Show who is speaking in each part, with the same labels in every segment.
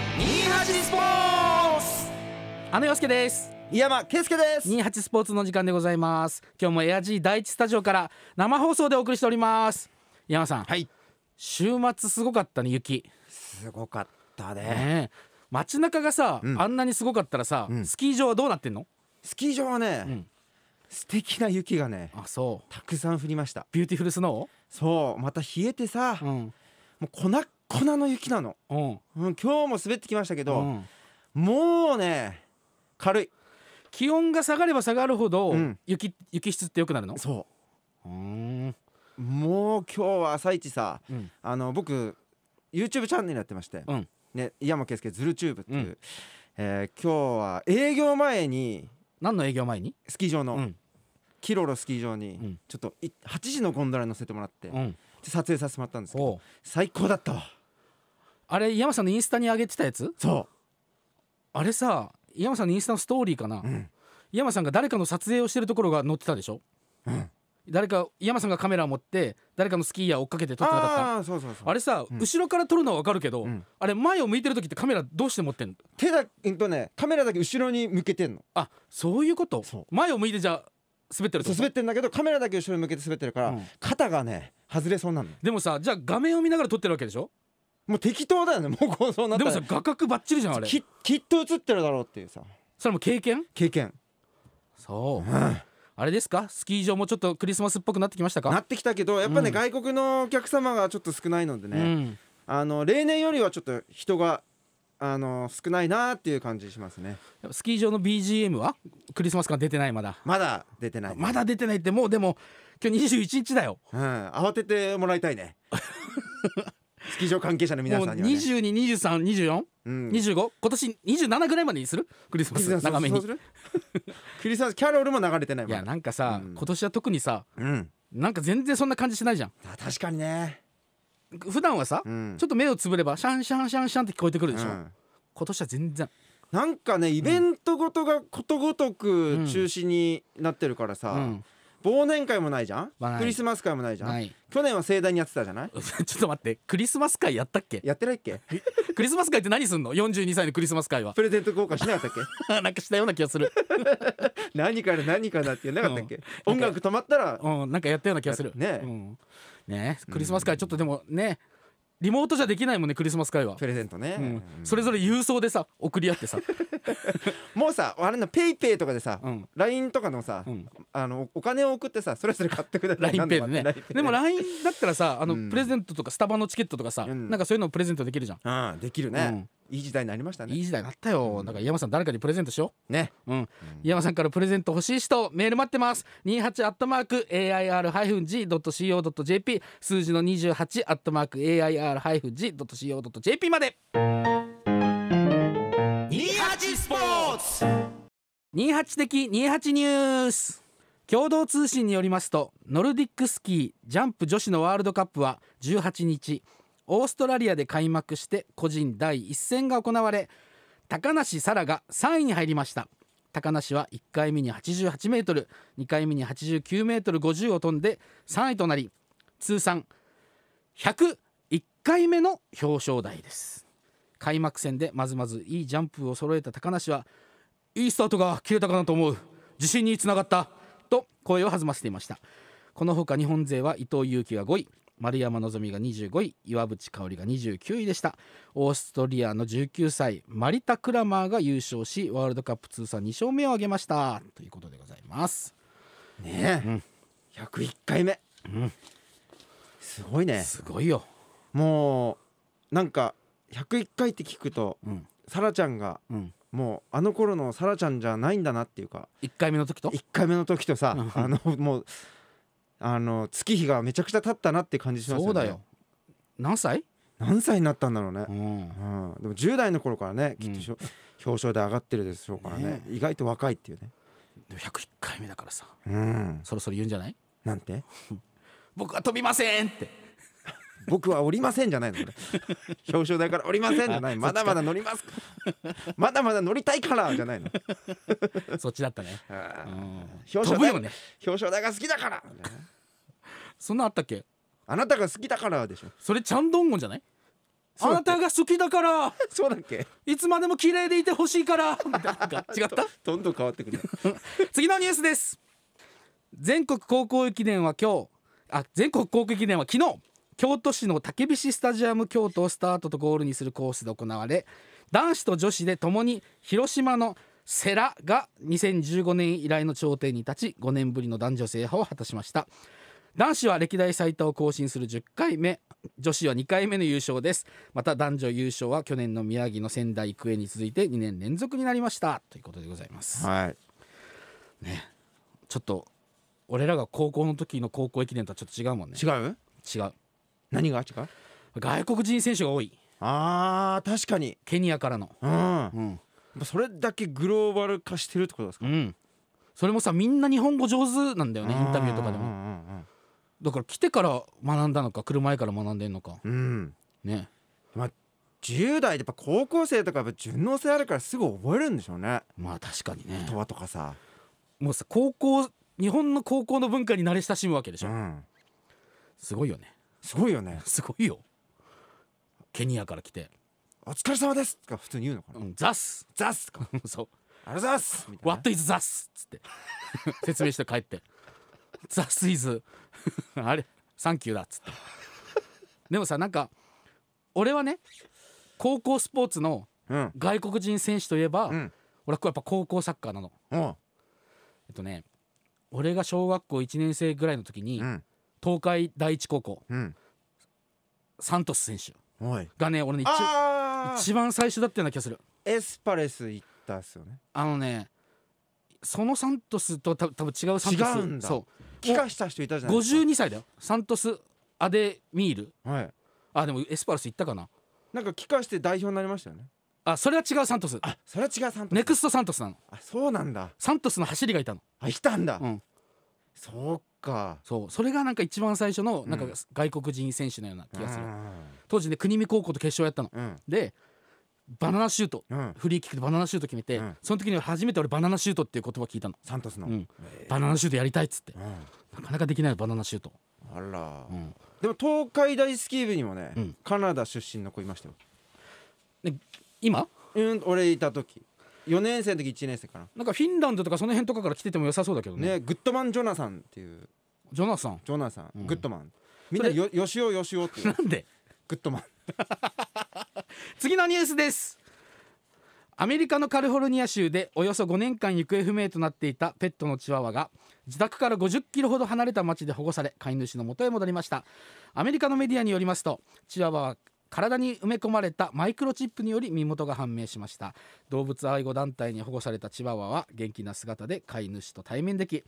Speaker 1: 28スポーツ
Speaker 2: あの洋介です
Speaker 1: 井山圭介です
Speaker 2: 28スポーツの時間でございます今日もエアジー第一スタジオから生放送でお送りしております井山さん、
Speaker 1: はい
Speaker 2: 週末すごかったね雪
Speaker 1: すごかったね
Speaker 2: ねえ街中がさ、
Speaker 1: うん
Speaker 2: あんなにすごかったらさ、
Speaker 1: うん
Speaker 2: スキー場はどうなってんの
Speaker 1: スキー場はね、
Speaker 2: うん
Speaker 1: 素敵な雪がね
Speaker 2: あそう
Speaker 1: たくさん降りました
Speaker 2: ビューティフルスノ
Speaker 1: そうまた冷えてさ、
Speaker 2: ーうん
Speaker 1: もう粉っ粉の雪なの、
Speaker 2: うん
Speaker 1: うん、今日も滑ってきましたけ
Speaker 2: う
Speaker 1: ど、
Speaker 2: ん
Speaker 1: もうね軽い
Speaker 2: 気温が下がれば下がるほど、
Speaker 1: うん
Speaker 2: 雪雪質って良くなるの
Speaker 1: そう
Speaker 2: ーん
Speaker 1: うもう今日は朝一さ
Speaker 2: うん
Speaker 1: あの僕 YouTube チャンネルやってまして、
Speaker 2: うん
Speaker 1: ね、井山圭介ズルチューブっていう、
Speaker 2: うん
Speaker 1: えー今日は営業前に
Speaker 2: 何の営業前に
Speaker 1: スキー場の、
Speaker 2: うん
Speaker 1: キロロスキー場に、
Speaker 2: うん
Speaker 1: ちょっとい8時のゴンドラに乗せてもらって、
Speaker 2: うん
Speaker 1: 撮影させてもらったんですけど
Speaker 2: おう
Speaker 1: 最高だったわ
Speaker 2: あれ井山さんのインスタに上げてたやつ
Speaker 1: そ
Speaker 2: あれさ井山さんのインスタのストーリーかな、
Speaker 1: う、うん、
Speaker 2: 井山さんが誰かの撮影をしてるところが載ってたでしょ、
Speaker 1: うん
Speaker 2: 誰か井山さんがカメラを持って誰かのスキーヤーを追っかけて撮ってなかったあ
Speaker 1: ああそうそうそう
Speaker 2: れさ、
Speaker 1: うん
Speaker 2: 後ろから撮るのは分かるけど、
Speaker 1: うん
Speaker 2: あれ前を向いてる時ってカメラどうして持ってんの
Speaker 1: 手だうんとねカメラだけ後ろに向けてんの
Speaker 2: あそういうこと
Speaker 1: そ
Speaker 2: 前を向いてじゃあ滑ってるって
Speaker 1: そう
Speaker 2: こと
Speaker 1: 滑ってんだけどカメラだけ後ろに向けて滑ってるから、
Speaker 2: うん
Speaker 1: 肩がね外れそうなの
Speaker 2: でもさじゃあ画面を見ながら撮ってるわけでしょ
Speaker 1: もう適当だよねもうこうそうなっ
Speaker 2: で
Speaker 1: た
Speaker 2: も
Speaker 1: ら
Speaker 2: さ画角ばっちりじゃんあれ
Speaker 1: ききっと映ってるだろうっていうさ
Speaker 2: それも経験
Speaker 1: 経験
Speaker 2: そう、あれですかスキー場もちょっとクリスマスっぽくなってきましたか
Speaker 1: なってきたけどやっぱね、
Speaker 2: うん
Speaker 1: 外国のお客様がちょっと少ないのでね、
Speaker 2: うん
Speaker 1: あの例年よりはちょっと人があの少ないなっていう感じしますね
Speaker 2: やっぱスキー場の BGM はクリスマス感出てないまだ
Speaker 1: まだ出てない、
Speaker 2: まだ出てないってもうでも今日21日だよ
Speaker 1: うん、慌ててもらいたい ねスキー場関係者の皆
Speaker 2: もう
Speaker 1: さんにはね
Speaker 2: 22232425
Speaker 1: うん
Speaker 2: 今年27ぐらいまでにするクリスマ
Speaker 1: クリスマ
Speaker 2: ス
Speaker 1: ス
Speaker 2: 長めに
Speaker 1: そうする クリスマスキャロルも流れてない
Speaker 2: い
Speaker 1: も
Speaker 2: や
Speaker 1: ん、
Speaker 2: なんかさ、
Speaker 1: うん
Speaker 2: 今年は特にさ
Speaker 1: うん、
Speaker 2: なんか全然そんな感じしないじゃん
Speaker 1: あ確かにね、
Speaker 2: 普段はさ、
Speaker 1: うん、
Speaker 2: ちょっと目をつぶればシャンシャンシャンシャンって聞こえてくるでしょ、
Speaker 1: うん
Speaker 2: 今年は全然
Speaker 1: なんかねイベントごとがことごと
Speaker 2: う
Speaker 1: く
Speaker 2: ん
Speaker 1: 中止になってるからさ、
Speaker 2: うん
Speaker 1: 忘年会もないじゃん、
Speaker 2: まあない
Speaker 1: クリスマス会もないじゃん、
Speaker 2: ない
Speaker 1: 去年は盛大にやってたじゃない
Speaker 2: ちょっと待ってクリスマス会やったっけ
Speaker 1: やってないっけ
Speaker 2: クリスマス会って何すんの42歳のクリスマス会は
Speaker 1: プレゼント交換しなかったっけ
Speaker 2: なんかしたような気がする
Speaker 1: 何から何かなって言わなかったっけ、
Speaker 2: うん
Speaker 1: 音楽止まったら
Speaker 2: うん、なんかやったような気がする。
Speaker 1: ね
Speaker 2: うん、ねクリスマス会ちょっとでもね、リモートじゃできないもんね、クリスマス会は。
Speaker 1: プレゼントね、
Speaker 2: うん、
Speaker 1: うん
Speaker 2: それぞれ郵送でさ、送り 合ってさ。
Speaker 1: もうさあれのペイペイとかでさ、
Speaker 2: うん
Speaker 1: LINE とかのさ、
Speaker 2: うん
Speaker 1: あのお金を送ってさそれぞれ買ってくださ
Speaker 2: ラ
Speaker 1: い
Speaker 2: インペイでね
Speaker 1: なんか LINE
Speaker 2: でも LINE だったらさあの、
Speaker 1: うん
Speaker 2: プレゼントとかスタバのチケットとかさ、
Speaker 1: うん
Speaker 2: なんかそういうのをプレゼントできるじゃん、
Speaker 1: ああできるね、いい時代になりましたね
Speaker 2: いい時代になったよ、だから井山さん誰かにプレゼントしよ
Speaker 1: ね
Speaker 2: う、うん、井山さんからプレゼント欲しい人メール待ってます28アットマーク AIR-G.CO.JP 数字の28アットマーク AIR-G.CO.JP まで
Speaker 1: 28スポーツ
Speaker 2: 28的28ニュース共同通信によりますとノルディックスキージャンプ女子のワールドカップは18日オーストラリアで開幕して個人第一戦が行われ高梨沙羅が3位に入りました高梨は1回目に88メートル2回目に89メートル50を飛んで3位となり通算101回目の表彰台です開幕戦でまずまずいいジャンプを揃えた高梨はいいスタートが切れたかなと思う自信につながったと声を弾ませていましたこのほか日本勢は伊藤有希が5位丸山希が25位岩渕香織が29位でしたオーストリアの19歳マリタ・クラマーが優勝しワールドカップ通算2勝目を挙げましたということでございます
Speaker 1: ねえ、101回目、すごいね
Speaker 2: すごいよ、
Speaker 1: もうなんか101回って聞くと
Speaker 2: うん
Speaker 1: サラちゃんが
Speaker 2: うん、
Speaker 1: もうあの頃のサラちゃんじゃないんだなっていうか
Speaker 2: 1回目の時と
Speaker 1: 1回目の時とさあのもうあの月日がめちゃくちゃ経ったなって感じしますよね
Speaker 2: そうだよ何歳、
Speaker 1: 何歳になったんだろうね、
Speaker 2: ん
Speaker 1: うんでも10代の頃からねきっとしょ、表彰で上がってるでしょうからね
Speaker 2: ね
Speaker 1: 意外と若いっていうね
Speaker 2: でも101回目だからさ
Speaker 1: うん
Speaker 2: そろそろ言うんじゃない
Speaker 1: なんて
Speaker 2: 僕は飛びませんって
Speaker 1: 僕はおりませんじゃない のこれ表彰台からおりませんじゃないまだまだ乗りますまだまだ乗りたいからじゃないの
Speaker 2: そっちだったね、
Speaker 1: あ
Speaker 2: う
Speaker 1: ー
Speaker 2: ん、
Speaker 1: 表
Speaker 2: 飛
Speaker 1: 彰
Speaker 2: ぶ
Speaker 1: 台
Speaker 2: よね
Speaker 1: 表彰台が好きだから
Speaker 2: そんなあったっけ
Speaker 1: あなたが好きだからでしょ
Speaker 2: それちゃんどんごんじゃない
Speaker 1: そうだ
Speaker 2: あな
Speaker 1: っけ
Speaker 2: たが好きだから
Speaker 1: そうだっけ
Speaker 2: いつまでも綺麗でいてほしいからみたいななんか違った
Speaker 1: どんどん変わってくる
Speaker 2: 次のニュースです全国高校駅伝は今日あ全国高校駅伝は昨日京都市の竹菱スタジアム京都をスタートとゴールにするコースで行われ男子と女子で共に広島の世羅が2015年以来の頂点に立ち5年ぶりの男女制覇を果たしました男子は歴代最多を更新する10回目女子は2回目の優勝ですまた男女優勝は去年の宮城の仙台育英に続いて2年連続になりましたということでございます
Speaker 1: はい
Speaker 2: ちょっと俺らが高校の時の高校駅伝とはちょっと違うもんね
Speaker 1: 違う
Speaker 2: 違う
Speaker 1: 何が違う
Speaker 2: 外国人選手が多い
Speaker 1: あー確かに
Speaker 2: ケニアからの
Speaker 1: うん
Speaker 2: うん、
Speaker 1: それだけグローバル化してるってことですか
Speaker 2: うん、それもさみんな日本語上手なんだよねインタビューとかで
Speaker 1: う
Speaker 2: も
Speaker 1: ん
Speaker 2: だから来てから学んだのか来る前から学んでんのか
Speaker 1: うんうんうん
Speaker 2: ね
Speaker 1: まあ10代でやっぱ高校生とかやっぱ順応性あるからすぐ覚えるんでしょうね
Speaker 2: まあ確かにね
Speaker 1: 言葉とかさ
Speaker 2: もうさ高校日本の高校の文化に慣れ親しむわけでし
Speaker 1: う
Speaker 2: ょ
Speaker 1: ん
Speaker 2: すごいよね
Speaker 1: すごいよね
Speaker 2: すごいよケニアから来て
Speaker 1: お疲れ様ですとか普通に言うのかな
Speaker 2: 「うん、ザス!
Speaker 1: ザスとか
Speaker 2: そう」
Speaker 1: ありがとうございますみ
Speaker 2: 「
Speaker 1: たいな
Speaker 2: What is ザス!」っつって 説明して帰って「ザス is あれサンキューだ」っつってでもさなんか俺はね高校スポーツの
Speaker 1: うん
Speaker 2: 外国人選手といえば、
Speaker 1: うん
Speaker 2: 俺はやっぱ高校サッカーなの
Speaker 1: うん
Speaker 2: えっとね俺が小学校1年生ぐらいの時に、
Speaker 1: うん
Speaker 2: 東海第一高校
Speaker 1: うん
Speaker 2: サントス選手
Speaker 1: おい
Speaker 2: がね俺ね一
Speaker 1: あー
Speaker 2: 一番最初だったような気がする
Speaker 1: エスパレス行ったっすよね
Speaker 2: あのねそのサントスとた多分違うサントス
Speaker 1: 違うんだ
Speaker 2: そ
Speaker 1: 帰化した人いたじ
Speaker 2: う
Speaker 1: ゃないです
Speaker 2: 52歳だよサントスアデミール
Speaker 1: かはい
Speaker 2: あでもエスパルス行ったかな
Speaker 1: なんか帰化して代表になりましたよね
Speaker 2: あそれは違うサントス
Speaker 1: あそれは違うサントス
Speaker 2: ネクストサントスなの
Speaker 1: あそうなんだ
Speaker 2: サントスの走りがいたの
Speaker 1: あいたんだ、
Speaker 2: うん
Speaker 1: そうか
Speaker 2: そうそれがなんか一番最初のなんか
Speaker 1: うん
Speaker 2: 外国人選手のような気がする、
Speaker 1: うん
Speaker 2: 当時ね国見高校と決勝やったの
Speaker 1: うん
Speaker 2: でバナナシュート
Speaker 1: うん
Speaker 2: フリーキックでバナナシュート決めて、
Speaker 1: うん
Speaker 2: その時に初めて俺バナナシュートっていう言葉聞いたの、
Speaker 1: サントスの、
Speaker 2: うん
Speaker 1: え
Speaker 2: バナナシュートやりたいっつって
Speaker 1: ーうん
Speaker 2: なかなかできないバナナシュート、
Speaker 1: あら、
Speaker 2: うん、
Speaker 1: でも東海大スキー部にもね、
Speaker 2: うん
Speaker 1: カナダ出身の子いましたよ
Speaker 2: 今
Speaker 1: うん俺いた時4年生の時1年生かな、
Speaker 2: なんかフィンランドとかその辺とかから来てても良さそうだけどね
Speaker 1: ねグッドマン・ジョナサンっていう
Speaker 2: ジョナサン
Speaker 1: ジョナサン、
Speaker 2: うん
Speaker 1: グッドマンみんなよよしおよしおってい
Speaker 2: な
Speaker 1: うん
Speaker 2: で
Speaker 1: グッドマン
Speaker 2: 次のニュースですアメリカのカリフォルニア州でおよそ5年間行方不明となっていたペットのチワワが自宅から50キロほど離れた町で保護され飼い主の元へ戻りましたアメリカのメディアによりますとチワワは体に埋め込まれたマイクロチップにより身元が判明しました動物愛護団体に保護されたチワワは元気な姿で飼い主と対面でき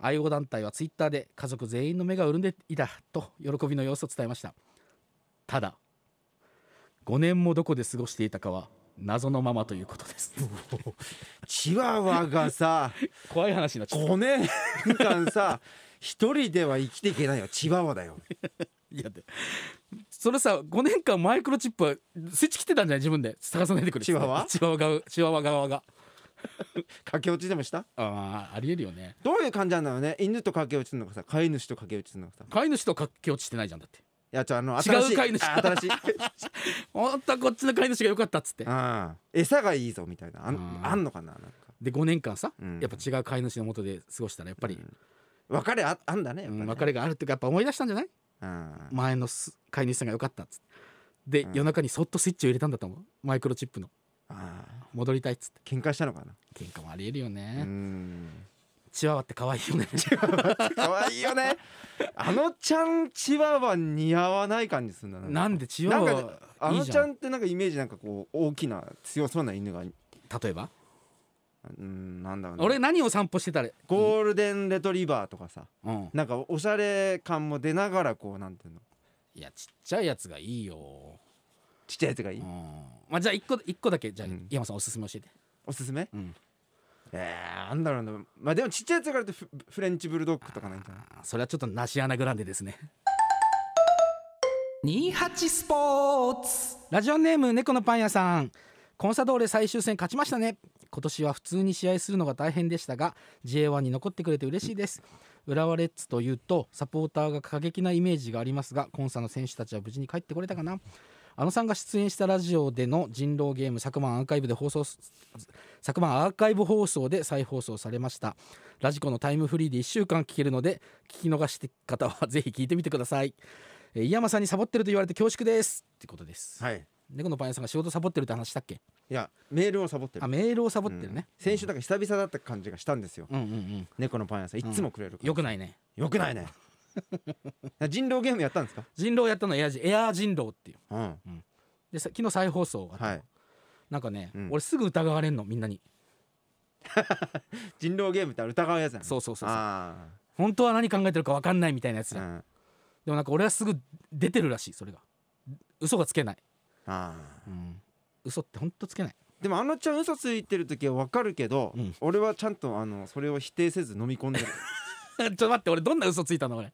Speaker 2: 愛護団体はツイッターで家族全員の目が潤んでいたと喜びの様子を伝えましたただ5年もどこで過ごしていたかは謎のままということです
Speaker 1: チワワがさ
Speaker 2: 怖い話になっちゃった
Speaker 1: 5年間さ一人では生きていけないよチワワだよ
Speaker 2: いやでそれさ5年間マイクロチップはスイッチ切ってたんじゃない自分で探さないでくれ
Speaker 1: チワワ
Speaker 2: チワワ側チワワ側が
Speaker 1: 駆け落ちでもした
Speaker 2: あーありえるよね
Speaker 1: どういう感じなんだろうね犬と駆け落ちするのかさ飼い主と駆け落ちするのかさ
Speaker 2: 飼い主と駆け落ちしてないじゃんだって
Speaker 1: いやちょあの
Speaker 2: う
Speaker 1: 新しい
Speaker 2: 飼い主
Speaker 1: あ新 しい
Speaker 2: 本当はこっちの飼い主が良かったっつって
Speaker 1: うん餌がいいぞみたいなあん
Speaker 2: うん
Speaker 1: あんのかななんか
Speaker 2: で5年間さ、
Speaker 1: うん
Speaker 2: やっぱ違う飼い主のもとで過ごしたらやっぱり、
Speaker 1: 別れああんだねやっ
Speaker 2: う
Speaker 1: ぱ
Speaker 2: ん
Speaker 1: ね
Speaker 2: 別れがあるっていうかやっぱ思い出したんじゃない
Speaker 1: うん
Speaker 2: 前のす飼い主さんが良かったっつってで、
Speaker 1: うん
Speaker 2: 夜中にそっとスイッチを入れたんだと思うマイクロチップの
Speaker 1: あ
Speaker 2: 戻りたいっつって
Speaker 1: ー喧嘩したのかな
Speaker 2: 喧嘩もありえるよ
Speaker 1: う
Speaker 2: ね、
Speaker 1: ん
Speaker 2: チワワって可愛いよね
Speaker 1: 可愛いよねあのちゃんチワワ似合わない感じするんだな
Speaker 2: なんでチワワ
Speaker 1: なんあ
Speaker 2: いい
Speaker 1: の
Speaker 2: じ
Speaker 1: ち
Speaker 2: ゃ
Speaker 1: ゃ
Speaker 2: ん
Speaker 1: んってなんかイメージなんかこう大きな強そうな犬が
Speaker 2: 例えば
Speaker 1: うんなんだろうね
Speaker 2: 俺何を散歩してたら
Speaker 1: ゴールデンレトリバーとかさ
Speaker 2: うん
Speaker 1: なんかおしゃれ感も出ながらこうなんていうの
Speaker 2: いやちっちゃいやつがいいよ、
Speaker 1: ちっちゃいやつがいい、
Speaker 2: うん、まあじゃあ一個一個だけじゃあ、
Speaker 1: うん
Speaker 2: 井山さんおすすめ教えて、
Speaker 1: おすすめ
Speaker 2: うん、
Speaker 1: えー、なんだろうなまあでもちっちゃいやつからってフフレンチブルドッグとかないんじゃない
Speaker 2: あーそれはちょっとナシアナグランデですね28スポーツラジオネーム猫のパン屋さんコンサドーレ最終戦勝ちましたね今年は普通に試合するのが大変でしたが J1 に残ってくれて嬉しいです浦和レッズというとサポーターが過激なイメージがありますがコンサの選手たちは無事に帰ってこれたかなあのさんが出演したラジオでの人狼ゲーム昨晩アーカイブで放送す昨晩アーカイブ放送で再放送されましたラジコのタイムフリーで1週間聞けるので聞き逃して方はぜひ聞いてみてくださいえー井山さんにサボってると言われて恐縮ですってことです、
Speaker 1: はい
Speaker 2: 猫のパン屋さんが仕事サボってるって話したっけ
Speaker 1: いやメールをサボってる
Speaker 2: あメールをサボってるね、
Speaker 1: 先週だから久々だった感じがしたんですよ
Speaker 2: うん、うんうん
Speaker 1: 猫のパン屋さんいっつもくれるから
Speaker 2: よくないね
Speaker 1: よくないね 人狼ゲームやったんですか
Speaker 2: 人狼やったのエアジエアー人狼っていう
Speaker 1: うん
Speaker 2: でさ昨日再放送があったの
Speaker 1: はい
Speaker 2: なんかね、
Speaker 1: うん
Speaker 2: 俺すぐ疑われんのみんなに
Speaker 1: 人狼ゲームってあれ疑うやつやん
Speaker 2: そうそうそうそう
Speaker 1: あ
Speaker 2: 本当は何考えてるか分かんないみたいなやつ
Speaker 1: あ
Speaker 2: だ、
Speaker 1: うん
Speaker 2: でもなんか俺はすぐ出てるらしいそれが嘘がつけない、
Speaker 1: ああ
Speaker 2: うん、嘘ってほんとつけない
Speaker 1: でもあのちゃん嘘ついてる時はわかるけど、
Speaker 2: うん
Speaker 1: 俺はちゃんとあのそれを否定せず飲み 込んでる
Speaker 2: ちょっと待って俺どんな嘘ついたの俺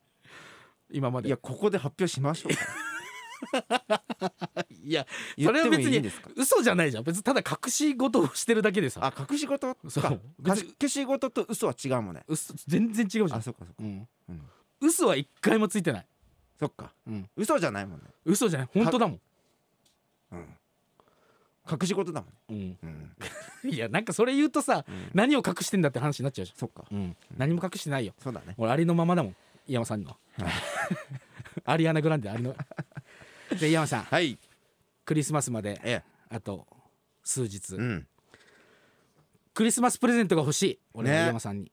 Speaker 2: 今まで
Speaker 1: いやここで発表しましょ うか
Speaker 2: いや
Speaker 1: 言ってもいいん
Speaker 2: に
Speaker 1: ですか
Speaker 2: 嘘じゃないじゃん別にただ隠し事をしてるだけでさ
Speaker 1: あ隠し事
Speaker 2: そ
Speaker 1: か
Speaker 2: う別に
Speaker 1: 隠し事と嘘は違うもんね
Speaker 2: 嘘全然違うじゃ
Speaker 1: あ
Speaker 2: ん、
Speaker 1: そっかそっか
Speaker 2: うん
Speaker 1: うん
Speaker 2: 嘘は一回もついてない、
Speaker 1: そっか
Speaker 2: うん、
Speaker 1: 嘘じゃないもんね
Speaker 2: 嘘じゃない本当だもん、
Speaker 1: うん隠し事だもんね
Speaker 2: うん、
Speaker 1: うん、
Speaker 2: いやなんか それ言うとさ
Speaker 1: うん、
Speaker 2: 何を隠してんだって話になっちゃうじ
Speaker 1: そっか
Speaker 2: ゃん、うん、何も隠してないよ
Speaker 1: そうだね
Speaker 2: 俺ありのままだもん井山さん のアリアナ・グランデありので井山さん
Speaker 1: はい
Speaker 2: クリスマスまで
Speaker 1: え
Speaker 2: あと数日、
Speaker 1: えうん
Speaker 2: クリスマスプレゼントが欲しい俺は
Speaker 1: ね
Speaker 2: 井山さんに、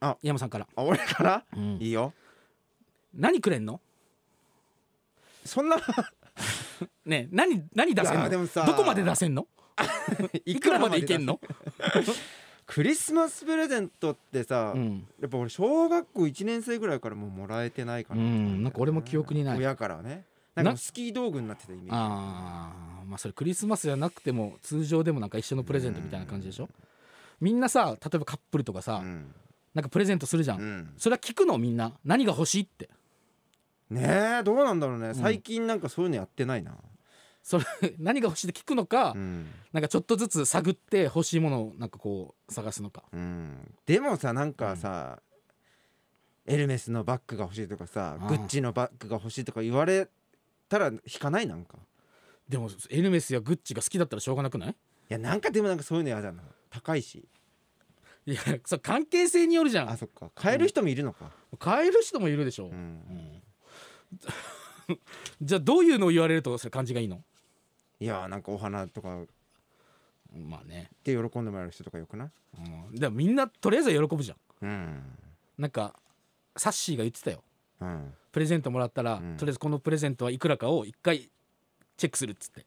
Speaker 1: あ
Speaker 2: 井山さんから、
Speaker 1: あ俺から、
Speaker 2: うん
Speaker 1: いいよ
Speaker 2: 何くれんの
Speaker 1: そん な
Speaker 2: ねえ何何出せん
Speaker 1: いやで
Speaker 2: の
Speaker 1: もさ
Speaker 2: どこまで出せんのいくらまでいけんの、
Speaker 1: クリスマスプレゼントってさ、
Speaker 2: うん、
Speaker 1: やっぱ俺小学校1年生ぐらいからもうもらえてないから、
Speaker 2: うんなんか俺も記憶にない
Speaker 1: 親からねなんかもうスキー道具になってたイメージ
Speaker 2: あーまあそれクリスマスじゃなくても通常でもなんか一緒のプレゼントみたいな感じでしょみんなさ例えばカップルとかさ、
Speaker 1: うん、
Speaker 2: なんかプレゼントするじゃん、
Speaker 1: うん、
Speaker 2: それは聞くのみんな何が欲しいって
Speaker 1: ねえどうなんだろうね最近なんかそういうのやってないな、
Speaker 2: それ何が欲しいって聞くのか、
Speaker 1: うん
Speaker 2: なんかちょっとずつ探って欲しいものをなんかこう探すのか
Speaker 1: うん、でもさなんかさ、エルメスのバッグが欲しいとかさ
Speaker 2: あー
Speaker 1: グッチのバッグが欲しいとか言われたら引かないなんか
Speaker 2: でもエルメスやグッチが好きだったらしょうがなくない
Speaker 1: いやなんかでもなんかそういうの嫌だな高いし
Speaker 2: いやそう関係性によるじゃ
Speaker 1: あ
Speaker 2: ん
Speaker 1: そっか買える人もいるのか、
Speaker 2: 買える人もいるでしょ、
Speaker 1: うん
Speaker 2: うん、 じゃあどういうのを言われるとそれ感じがいいの
Speaker 1: いやーなんかお花とか
Speaker 2: まあね、
Speaker 1: で喜んでもらえる人とかよくない
Speaker 2: うん、でもみんなとりあえずは喜ぶじゃん
Speaker 1: うん
Speaker 2: なんかサッシーが言ってたよ
Speaker 1: うん
Speaker 2: プレゼントもらったら、
Speaker 1: うん
Speaker 2: とりあえずこのプレゼントはいくらかを一回チェックするっつって
Speaker 1: い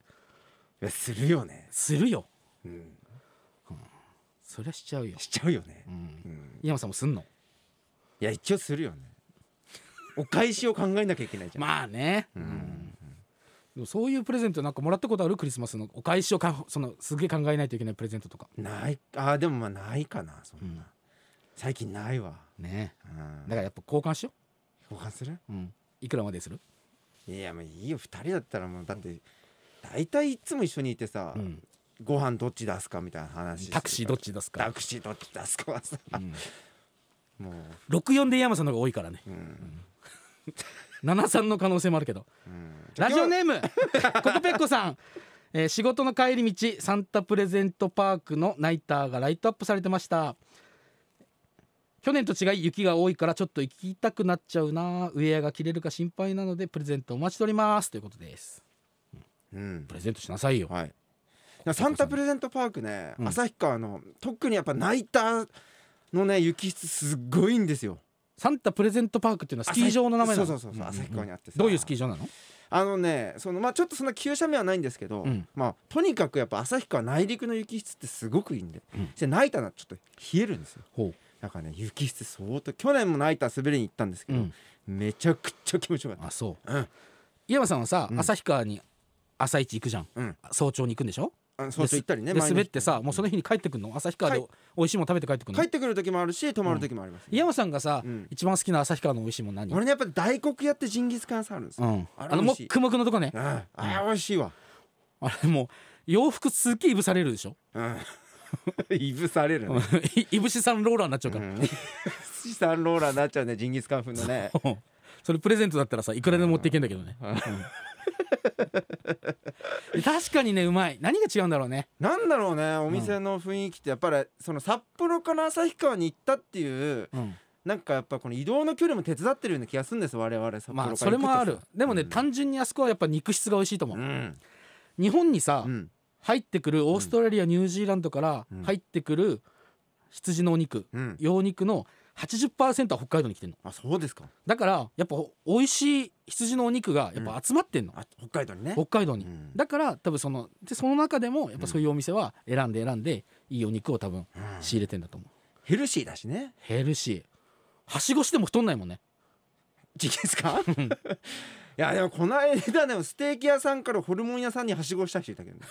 Speaker 1: やするよね、
Speaker 2: するよ
Speaker 1: うん、
Speaker 2: そりゃしちゃうよ、
Speaker 1: しちゃうよね
Speaker 2: う、ん、
Speaker 1: うん、
Speaker 2: 井山さんもすんの
Speaker 1: いや一応するよねお返しを考えなきゃいけないじゃん、
Speaker 2: まあね、
Speaker 1: うん
Speaker 2: でもそういうプレゼントなんかもらったことあるクリスマスのお返しをかそのすげえ考えないといけないプレゼントとか
Speaker 1: ないあーでもまあないかなそんな、
Speaker 2: うん
Speaker 1: 最近ないわ、
Speaker 2: ね
Speaker 1: うん、
Speaker 2: だからやっぱ交換しよ
Speaker 1: 交換する
Speaker 2: う、うん、いくらまでする、
Speaker 1: いやまあいいよ2人だったらもうだって大体いつも一緒にいてさ、
Speaker 2: うん、
Speaker 1: ご飯どっち出すかみたいな話
Speaker 2: タクシーどっち出す
Speaker 1: タ
Speaker 2: か、
Speaker 1: クシーどっち出すかはさ
Speaker 2: うん、
Speaker 1: もう
Speaker 2: 64で井山さんの方が多いからね
Speaker 1: うん、
Speaker 2: 73の可能性もあるけど
Speaker 1: うん、
Speaker 2: ラジオ
Speaker 1: ね
Speaker 2: ネームココペッコさん、えー仕事の帰り道サンタプレゼントパークのナイターがライトアップされてました去年と違い雪が多いからちょっと行きたくなっちゃうなウェアが着れるか心配なのでプレゼントお待ちしておりますということです
Speaker 1: うん
Speaker 2: プレゼントしなさいよ
Speaker 1: はいいやサンタプレゼントパークね
Speaker 2: うん
Speaker 1: 旭、川の特にやっぱナイターのね雪質すっごいんですよ
Speaker 2: サンタプレゼントパークっていうのはスキー場の名前なの
Speaker 1: そうそうそうそう旭川にあってさ
Speaker 2: どういうスキー場なの
Speaker 1: あのねそのまあちょっとそんな急斜面はないんですけど、
Speaker 2: うん
Speaker 1: まあとにかくやっぱ旭川内陸の雪質ってすごくいいんで、
Speaker 2: うん
Speaker 1: でナイターなちょっと冷えるんですよ
Speaker 2: ほう
Speaker 1: だからね雪質相当去年もナイター滑りに行ったんですけど、
Speaker 2: うん
Speaker 1: めちゃくちゃ気持ちよかっ
Speaker 2: あそう
Speaker 1: たうん
Speaker 2: 井山さんはさ
Speaker 1: うん
Speaker 2: 旭、川に朝一行くじゃん
Speaker 1: うん
Speaker 2: 早朝に行くんでしょ
Speaker 1: あの早朝行ったりね
Speaker 2: で
Speaker 1: 毎日
Speaker 2: 滑ってさもうその日に帰ってくんの旭川で
Speaker 1: 帰
Speaker 2: 美味しいもの食べて帰ってくんの
Speaker 1: 帰ってくる時もあるし泊まる時もあります、
Speaker 2: 井山さんがさ、
Speaker 1: うん
Speaker 2: 一番好きな旭川の美味しいもん何
Speaker 1: 俺ねやっぱ大黒屋ってジンギスカン屋さんあるんです
Speaker 2: う
Speaker 1: よ、
Speaker 2: ん、
Speaker 1: あ
Speaker 2: あ
Speaker 1: れ
Speaker 2: の
Speaker 1: 美
Speaker 2: も
Speaker 1: 味しい
Speaker 2: くもくのとこね
Speaker 1: うんあれ美味しいわ
Speaker 2: あれもう洋服すっげえいぶされるでしょ
Speaker 1: うん いぶされるね、
Speaker 2: いぶしさんローラーになっちゃう
Speaker 1: う
Speaker 2: から、
Speaker 1: ん、資産 ローラーになっちゃうねジンギスカン風のね
Speaker 2: それプレゼントだったらさいくらでも持っていけんだけどね、うん確かにねうまい何が違うんだろうね
Speaker 1: なんだろうねお店の雰囲気ってやっぱりその札幌から旭川に行ったっていう
Speaker 2: うん
Speaker 1: なんかやっぱこの移動の距離も手伝ってるような気がするんです我々札幌から
Speaker 2: ま
Speaker 1: 行
Speaker 2: あ
Speaker 1: くと
Speaker 2: それもあるでもね、
Speaker 1: うん
Speaker 2: 単純にあそこはやっぱ肉質が美味しいと思
Speaker 1: う
Speaker 2: う、
Speaker 1: ん
Speaker 2: 日本にさ、
Speaker 1: うん
Speaker 2: 入ってくるオーストラリアニュージーランドから
Speaker 1: うん
Speaker 2: 入ってくる羊のお肉
Speaker 1: うん
Speaker 2: 羊肉の80%は北海道に来てるの
Speaker 1: あそうですか
Speaker 2: だからやっぱ美味しい羊のお肉がやっぱ集まってんの、
Speaker 1: あ北海道にね
Speaker 2: 北海道に、
Speaker 1: うん
Speaker 2: だから多分そのでその中でもやっぱそういうお店は選んで選んでいいお肉を多分
Speaker 1: うん
Speaker 2: 仕入れてんだと思う、
Speaker 1: ヘルシーだしね
Speaker 2: ヘルシーはしごしても太んないもんね
Speaker 1: 時期ですか いやでもこの間でもステーキ屋さんからホルモン屋さんにはしごした人いたけ どね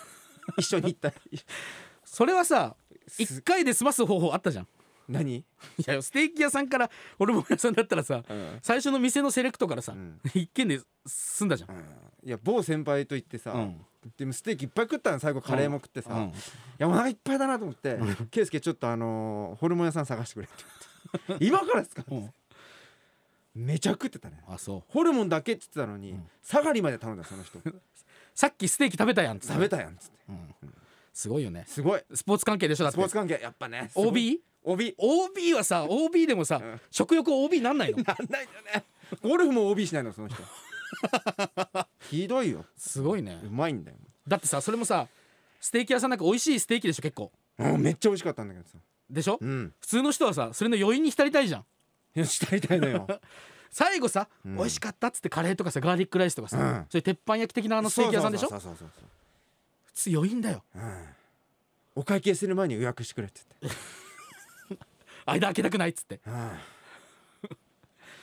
Speaker 1: 一緒に行った
Speaker 2: それはさ
Speaker 1: す
Speaker 2: 1回で済ます方法あったじゃん
Speaker 1: 何、
Speaker 2: いやステーキ屋さんからホルモン屋さんだったらさ
Speaker 1: うん
Speaker 2: 最初の店のセレクトからさ、
Speaker 1: うん
Speaker 2: 一軒で済んだじゃん
Speaker 1: うんいや某先輩と行ってさ、
Speaker 2: うん
Speaker 1: でもステーキいっぱい食ったの最後カレーも食ってさ、
Speaker 2: う
Speaker 1: い
Speaker 2: ん
Speaker 1: やお腹いっぱいだなと思って「圭介ちょっとあのーホルモン屋さん探してくれ」って言われ て今からですか?」
Speaker 2: うん
Speaker 1: めちゃ食ってたね
Speaker 2: あそう
Speaker 1: ホルモンだけっつってたのに、
Speaker 2: うん
Speaker 1: 下がりまで頼んだその 人
Speaker 2: さっきステーキ食べたやんっつって
Speaker 1: 食べたやんっつって
Speaker 2: うんすごいよね
Speaker 1: すごい
Speaker 2: スポーツ関係でしょだっ
Speaker 1: スポー
Speaker 2: て
Speaker 1: ツ関係やっぱね
Speaker 2: OB?OB
Speaker 1: OBOB
Speaker 2: はさ OB でもさ、
Speaker 1: ん
Speaker 2: 食欲 OB なんないの
Speaker 1: なんないよねゴルフも OB しないのその 人ひどいよ
Speaker 2: すごいね
Speaker 1: うまいんだよ
Speaker 2: だってさそれもさステーキ屋さんなんか美味しいステーキでしょ結構
Speaker 1: うんめっちゃ美味しかったんだけどさ
Speaker 2: でしょ、
Speaker 1: うん
Speaker 2: 普通の人はさそれの余韻に浸りたいじゃん
Speaker 1: いやしたいたいのよ
Speaker 2: 最後さ、
Speaker 1: うん
Speaker 2: 美味しかったっつってカレーとかさガーリックライスとかさ、
Speaker 1: うん
Speaker 2: そういう鉄板焼き的 なあのステーキ屋さんでしょ
Speaker 1: そうそうそうそう
Speaker 2: 普通余韻だよ
Speaker 1: そう、うん、お会計する前に予約してくれって言って、
Speaker 2: 間開けたくないっつって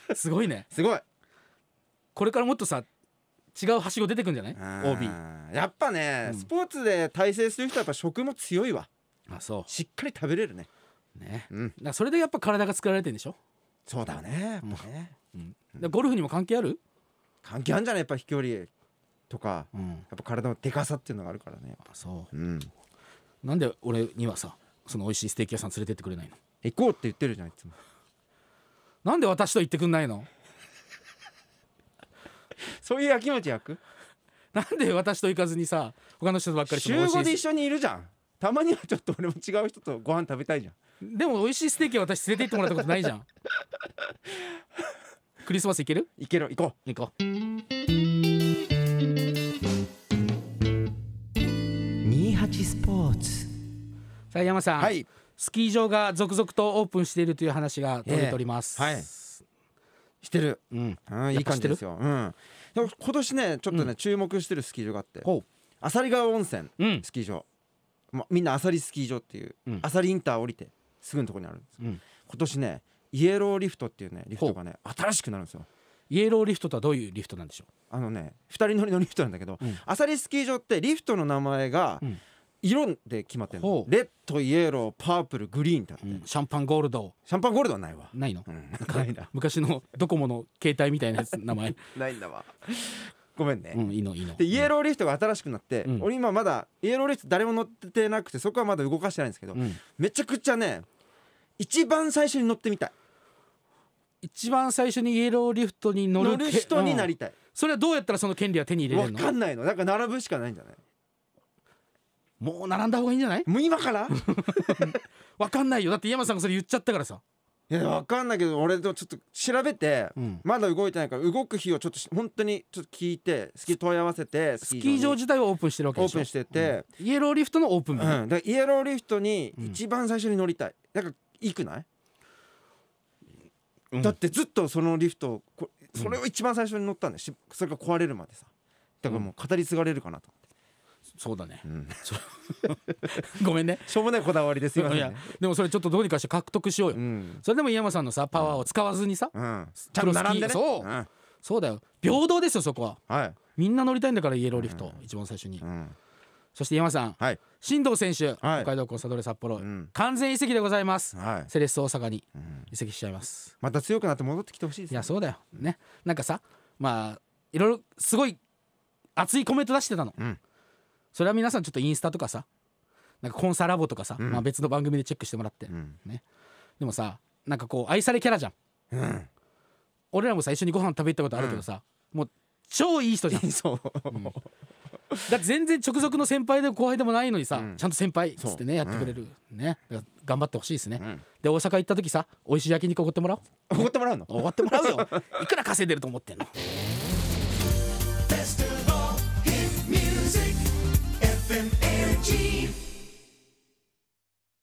Speaker 1: うん、
Speaker 2: すごいね
Speaker 1: すごい
Speaker 2: これからもっとさ違うはしご出てくんじゃない OB
Speaker 1: うんやっぱね、
Speaker 2: うん
Speaker 1: スポーツで体制する人はやっぱ食も強いわ
Speaker 2: あそ
Speaker 1: しっかり食べれるね
Speaker 2: うね
Speaker 1: うん
Speaker 2: だからそれでやっぱ体が作られてんでしょ、
Speaker 1: そうだねやっぱね
Speaker 2: うん、だからゴルフにも関係ある、
Speaker 1: 関係あるんじゃないやっぱ飛距離とか
Speaker 2: うん、
Speaker 1: やっぱ体のでかさっていうのがあるからね
Speaker 2: あそ
Speaker 1: うん
Speaker 2: うなんで俺にはさその美味しいステーキ屋さん連れてってくれないの
Speaker 1: 行こうって言ってるじゃんいつも
Speaker 2: なんで私と行ってくんないの
Speaker 1: そういうやきもち焼く
Speaker 2: なんで私と行かずにさ他の人とばっかりその美
Speaker 1: 週
Speaker 2: 味し
Speaker 1: 5
Speaker 2: い
Speaker 1: で一緒にいるじゃんたまにはちょっと俺も違う人とご飯食べたいじゃん
Speaker 2: でも美味しいステーキは私連れて行ってもらったことない じゃんクリスマス行ける
Speaker 1: 行けろ行こ
Speaker 2: 行こう
Speaker 1: う28スポーツ
Speaker 2: さあ山さん、
Speaker 1: はい
Speaker 2: スキー場が続々とオープンしているという話が取れております、
Speaker 1: ええはいしてる
Speaker 2: うん
Speaker 1: うんいい感じですようんでも今年ねちょっとね、
Speaker 2: う
Speaker 1: 注目してるスキー場があって
Speaker 2: ほ
Speaker 1: 浅利川温泉
Speaker 2: ううん
Speaker 1: スキー場、ま、みんな浅利スキー場っていう
Speaker 2: うん
Speaker 1: 浅利インター降りてすぐのとこにあるんですよ
Speaker 2: うん
Speaker 1: 今年ねイエローリフトっていうねリフトがね新しくなるんですよ
Speaker 2: イエローリフトとはどういうリフトなんでしょ
Speaker 1: あのね2人乗りのリフトなんだけど、
Speaker 2: うん
Speaker 1: アサリスキー場ってリフトの名前が
Speaker 2: うん
Speaker 1: 色で決まってるの、
Speaker 2: ほう
Speaker 1: レッドイエローパープルグリーンだって、
Speaker 2: う、シャンパンゴールド
Speaker 1: シャンパンゴールドはないわ、
Speaker 2: ないの
Speaker 1: うん、ないな
Speaker 2: 昔のドコモの携帯みたいなやつ名前
Speaker 1: ないんだわごめんね、
Speaker 2: うんいいのいいの
Speaker 1: でイエローリフトが新しくなって、
Speaker 2: うん
Speaker 1: 俺今まだイエローリフト誰も乗ってなくてそこはまだ動かしてないんですけど、
Speaker 2: うん
Speaker 1: めちゃくちゃね一番最初に乗ってみたい
Speaker 2: 一番最初にイエローリフトに乗る
Speaker 1: 乗る人にな
Speaker 2: うん
Speaker 1: りたい、
Speaker 2: それはどうやったらその権利は手に入れれ
Speaker 1: わ
Speaker 2: るの
Speaker 1: かんないのだから並ぶしかないんじゃない
Speaker 2: もう並んだ方がいいんじゃない
Speaker 1: もう今からい
Speaker 2: わかんないよだって山さんがそれ言っちゃったからさ、
Speaker 1: やわかんないけど俺とちょっと調べて、
Speaker 2: うん、
Speaker 1: まだ動いてないから動く日をちょっとし本当にちょっと聞いてスキー問い合わせて
Speaker 2: スキー場
Speaker 1: に
Speaker 2: 自体はオープンしてるわけ
Speaker 1: オ
Speaker 2: で
Speaker 1: ー
Speaker 2: しょ
Speaker 1: プンしてて、
Speaker 2: イエローリフトのオープ
Speaker 1: う
Speaker 2: ン
Speaker 1: ん
Speaker 2: 日、
Speaker 1: だからイエローリフトに
Speaker 2: うん
Speaker 1: 一番最初に乗りたいだから行くない、
Speaker 2: うん
Speaker 1: だってずっとそのリフトをこそれを一番最初に乗ったんでしそれが壊れるまでさだからもう語り継がれるかなと
Speaker 2: そう だね
Speaker 1: 思って、
Speaker 2: ごめんね
Speaker 1: しょうもないこだわりですいません
Speaker 2: い
Speaker 1: ね
Speaker 2: やでもそれちょっとどうにかして獲得しようよ、
Speaker 1: うん、
Speaker 2: それでも井山さんのさパワーを使わずにさ、
Speaker 1: うん、ちゃんと並んでね
Speaker 2: そ
Speaker 1: う
Speaker 2: う
Speaker 1: ん
Speaker 2: そうだよ平等ですよそこは
Speaker 1: はい、
Speaker 2: みんな乗りたいんだからイエローリフト、一番最初に、
Speaker 1: うん、
Speaker 2: そして井山さん
Speaker 1: はい
Speaker 2: 新藤選手、
Speaker 1: はい
Speaker 2: 北海道コンサドーレ札幌、
Speaker 1: ん
Speaker 2: 完全移籍でございます、
Speaker 1: はい、
Speaker 2: セレッソ大阪に
Speaker 1: うん、
Speaker 2: 移籍しちゃいます
Speaker 1: また強くなって戻ってきてほしいです
Speaker 2: い
Speaker 1: ね
Speaker 2: やそうだよねなんかさまあいろいろすごい熱いコメント出してたの、
Speaker 1: うん
Speaker 2: それは皆さんちょっとインスタとかさなんかコンサラボとかさ、
Speaker 1: うん
Speaker 2: まあ、別の番組でチェックしてもらって、
Speaker 1: うん
Speaker 2: でもさなんかこう愛されキャラじゃん
Speaker 1: うん
Speaker 2: 俺らもさ一緒にご飯食べ行ったことあるけどさ、もう超いい 人じゃん
Speaker 1: そう、
Speaker 2: だって全然直属の先輩でも後輩でもないのにさ、
Speaker 1: うん
Speaker 2: ちゃんと先輩っつってねやってくれる、ねだから頑張ってほしいですね、
Speaker 1: うん
Speaker 2: で大阪行った時さ美味しい焼肉おごってもらおう
Speaker 1: 怒ってもらうの
Speaker 2: おごってもらうよ いくら稼いでると思ってんの
Speaker 3: Festival Hit Music, FMNG.